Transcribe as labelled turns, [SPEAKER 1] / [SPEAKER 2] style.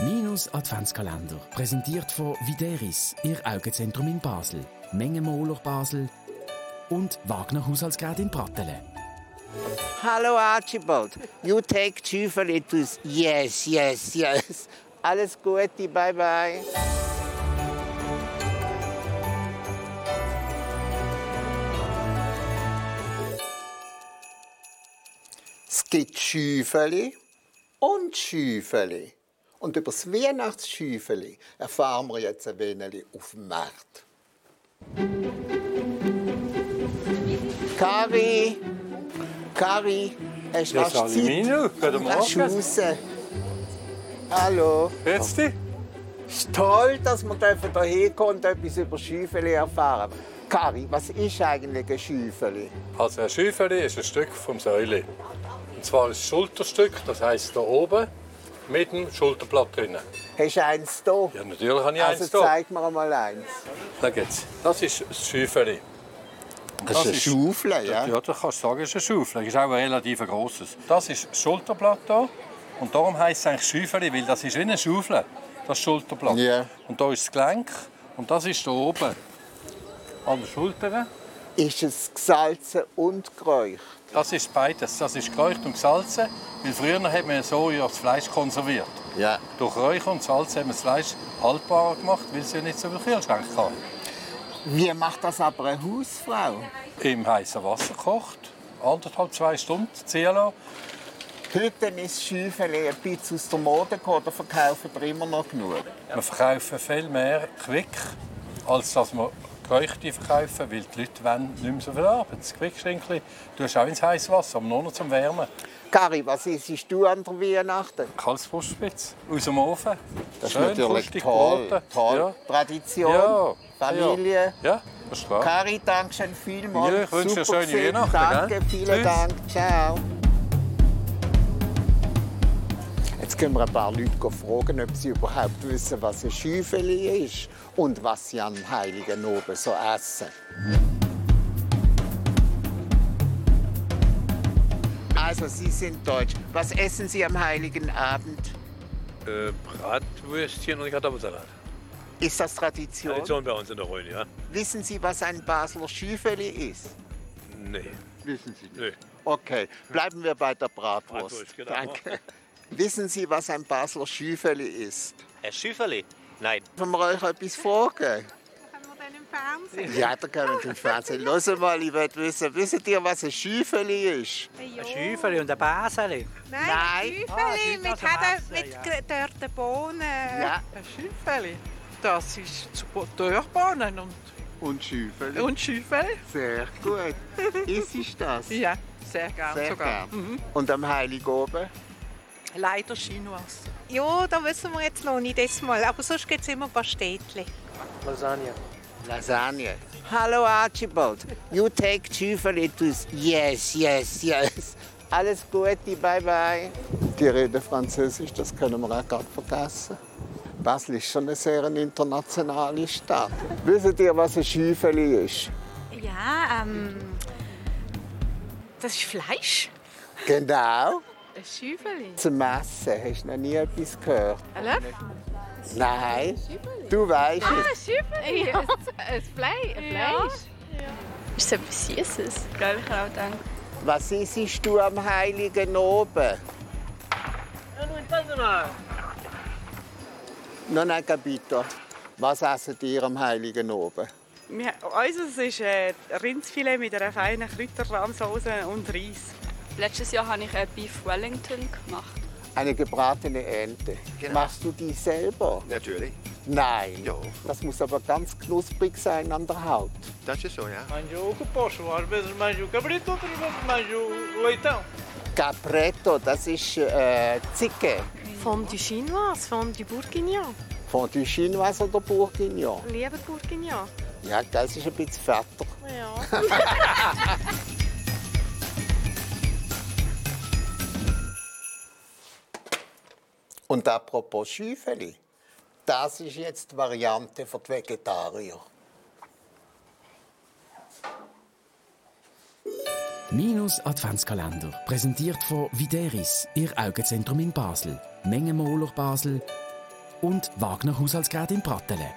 [SPEAKER 1] Minus Adventskalender. Präsentiert von Videris, Ihr Augenzentrum in Basel, Mengenmoler Basel und Wagner Haushaltsgerät in Pratteln.
[SPEAKER 2] Hallo Archibald, you take Tüfelitus. Yes, yes, yes. Alles Gute, bye bye.
[SPEAKER 3] Es gibt Schüfeli und Schüfeli. Und über das Weihnachtsschüfeli erfahren wir jetzt ein wenig auf dem Markt. Kari, Kari, hast du
[SPEAKER 4] Ja,
[SPEAKER 3] fast Zeit?
[SPEAKER 4] Salimino, guten
[SPEAKER 3] Kannst du
[SPEAKER 4] Morgen.
[SPEAKER 3] raus? Hallo.
[SPEAKER 4] Grüß dich.
[SPEAKER 3] Es ist toll, dass wir hierher kommen und etwas über Schüfeli erfahren. Kari, was ist eigentlich ein Schüfeli?
[SPEAKER 4] Also ein Schäufeli ist ein Stück vom Säule. Und zwar ein Schulterstück, das heisst da oben, mit dem Schulterblatt drinnen.
[SPEAKER 3] Hast du eins hier?
[SPEAKER 4] Ja, natürlich habe ich
[SPEAKER 3] Also
[SPEAKER 4] eins da.
[SPEAKER 3] zeig mir mal eins.
[SPEAKER 4] Da geht's. Das ist das Schäufeli.
[SPEAKER 3] Das ist eine Schaufel, ja?
[SPEAKER 4] Ja, du kannst sagen, es ist eine Schaufel. Es ist auch ein relativ grosses. Das ist das Schulterblatt hier. Und darum heisst es eigentlich Schäufeli, weil das ist wie eine Schaufel, das Schulterblatt.
[SPEAKER 3] Ja.
[SPEAKER 4] Und da ist das Gelenk und das ist da oben an der Schulter.
[SPEAKER 3] Ist es gesalzen und geräuchert?
[SPEAKER 4] Das ist beides. Das ist geräuchert und gesalzen. Weil früher hat man so ja das Fleisch konserviert.
[SPEAKER 3] Ja.
[SPEAKER 4] Durch Räuchern und Salz haben wir das Fleisch haltbarer gemacht, weil es ja nicht so viel Kühlschrank kann.
[SPEAKER 3] Wie macht das aber eine Hausfrau?
[SPEAKER 4] Im heißen Wasser kocht, anderthalb, zwei Stunden ziehen lassen.
[SPEAKER 3] Heute ist Schäufele ein bisschen aus der Mode gekommen, da verkaufen wir immer noch genug.
[SPEAKER 4] Wir verkaufen viel mehr Quick, als dass wir Geräuchte verkaufen, weil die Leute wollen nicht mehr so viel Arbeit. Das Quickschränkchen tust du auch ins heiße Wasser, aber nur noch zum Wärmen.
[SPEAKER 3] Kari, was isst du an der Weihnachten?
[SPEAKER 4] Kaltes Brustspitz aus dem Ofen.
[SPEAKER 3] Das ist
[SPEAKER 4] Schön
[SPEAKER 3] natürlich
[SPEAKER 4] krustig
[SPEAKER 3] toll.
[SPEAKER 4] geboten.
[SPEAKER 3] toll.
[SPEAKER 4] Ja.
[SPEAKER 3] Tradition,
[SPEAKER 4] Ja.
[SPEAKER 3] Familie.
[SPEAKER 4] Ja, ja das ist klar.
[SPEAKER 3] Kari, danke schön vielmals.
[SPEAKER 4] Ja, ich wünsche dir
[SPEAKER 3] Super
[SPEAKER 4] schöne
[SPEAKER 3] gewesen.
[SPEAKER 4] Weihnachten,
[SPEAKER 3] Danke,
[SPEAKER 4] gell?
[SPEAKER 3] vielen
[SPEAKER 4] Tschüss.
[SPEAKER 3] Dank. Ciao. Jetzt können wir ein paar Leute fragen, ob sie überhaupt wissen, was ein Schäufeli ist und was sie an Heiligen oben so essen. Also, Sie sind Deutsch. Was essen Sie am Heiligen Abend?
[SPEAKER 5] Äh, Bratwürstchen und Kartoffelsalat.
[SPEAKER 3] Ist das Tradition?
[SPEAKER 5] Tradition bei uns in der Rhön, ja?
[SPEAKER 3] Wissen Sie, was ein Basler Schäufeli ist?
[SPEAKER 5] Nee.
[SPEAKER 3] Wissen Sie nicht.
[SPEAKER 5] Nö.
[SPEAKER 3] Okay, bleiben wir bei der Bratwurst.
[SPEAKER 5] Bratwurst, genau.
[SPEAKER 3] Danke. Wissen Sie, was ein Basler Schüfeli ist?
[SPEAKER 6] Herr Schüferli? Nein.
[SPEAKER 3] Können wir euch etwas fragen?
[SPEAKER 7] Kann man dann im Fernsehen?
[SPEAKER 3] Ja, da können wir den Fernsehen. Los mal, ich will wissen, wisst ihr, was ein Schüfeli ist?
[SPEAKER 6] Ein Schüferli und ein Baseli.
[SPEAKER 7] Nein,
[SPEAKER 3] Nein.
[SPEAKER 7] Nein.
[SPEAKER 6] Ah, Schüffeli
[SPEAKER 7] mit
[SPEAKER 6] aus dem
[SPEAKER 7] Hede-
[SPEAKER 6] Wasser,
[SPEAKER 7] mit
[SPEAKER 6] ja.
[SPEAKER 7] gedörrten Bohnen.
[SPEAKER 3] Ja,
[SPEAKER 8] Ein Schüffeli. Das ist zu Dörrbohnen und,
[SPEAKER 3] und Schüfeli.
[SPEAKER 8] und Schüffeli.
[SPEAKER 3] Sehr gut. Ist es das?
[SPEAKER 8] Ja, sehr gern
[SPEAKER 3] Sehr
[SPEAKER 8] sogar. Mhm.
[SPEAKER 3] gern. Und am Heiligoben?
[SPEAKER 8] Leider Chinois.
[SPEAKER 7] Ja, da wissen wir jetzt noch nicht das Mal. Aber sonst gibt es immer ein paar Städtchen.
[SPEAKER 3] Lasagne. Hallo Archibald, you take Tüfelitus. Yes, yes, yes. Alles Gute, bye bye. Die reden Französisch, das können wir auch gerade vergessen. Basel ist schon eine sehr internationale Stadt. Wisst ihr, was ein Schüfeli ist?
[SPEAKER 9] Ja, ähm. Das ist Fleisch.
[SPEAKER 3] Genau.
[SPEAKER 9] Ein Schüffeli.
[SPEAKER 3] Zum Messen hast du noch nie etwas gehört?
[SPEAKER 9] Ein Löffel.
[SPEAKER 3] Nein. Du weißt es.
[SPEAKER 9] Ein Schüffeli. Ein, Fleisch. Ein Fleisch. Ist das etwas Süßes? Glaube ich auch. Denke.
[SPEAKER 3] Was isst du am Heiligen Oben? Non ein capito. Was essen ihr am Heiligen Oben?
[SPEAKER 10] Wir, unseres ist äh, Rindsfilet mit einer feinen Kräuterrahmsauce und Reis.
[SPEAKER 9] Letztes Jahr habe ich ein Beef Wellington gemacht.
[SPEAKER 3] Eine gebratene Ente. Machst du die selber?
[SPEAKER 11] Natürlich,
[SPEAKER 3] Nein.
[SPEAKER 11] Ja.
[SPEAKER 3] Das muss aber ganz knusprig sein an der Haut.
[SPEAKER 11] das ist so, ja.
[SPEAKER 8] Manjo o que posso. Às vezes manjo o cabrito, outras vezes manjo o leitão.
[SPEAKER 3] Capretto, das ist äh, Zicke.
[SPEAKER 9] Fondue Chinoise, Fondue Bourguignon.
[SPEAKER 3] Fondue Chinois oder Bourguignon?
[SPEAKER 9] Lieber Bourguignon.
[SPEAKER 3] Ja, das ist ein bisschen fetter.
[SPEAKER 9] Ja.
[SPEAKER 3] Und apropos Schüfeli, das ist jetzt die Variante für die Vegetarier.
[SPEAKER 1] Minus Adventskalender. Präsentiert von Videris, Ihr Augenzentrum in Basel, Mengenmoler Basel und Wagner Haushaltsgrad in Pratteln.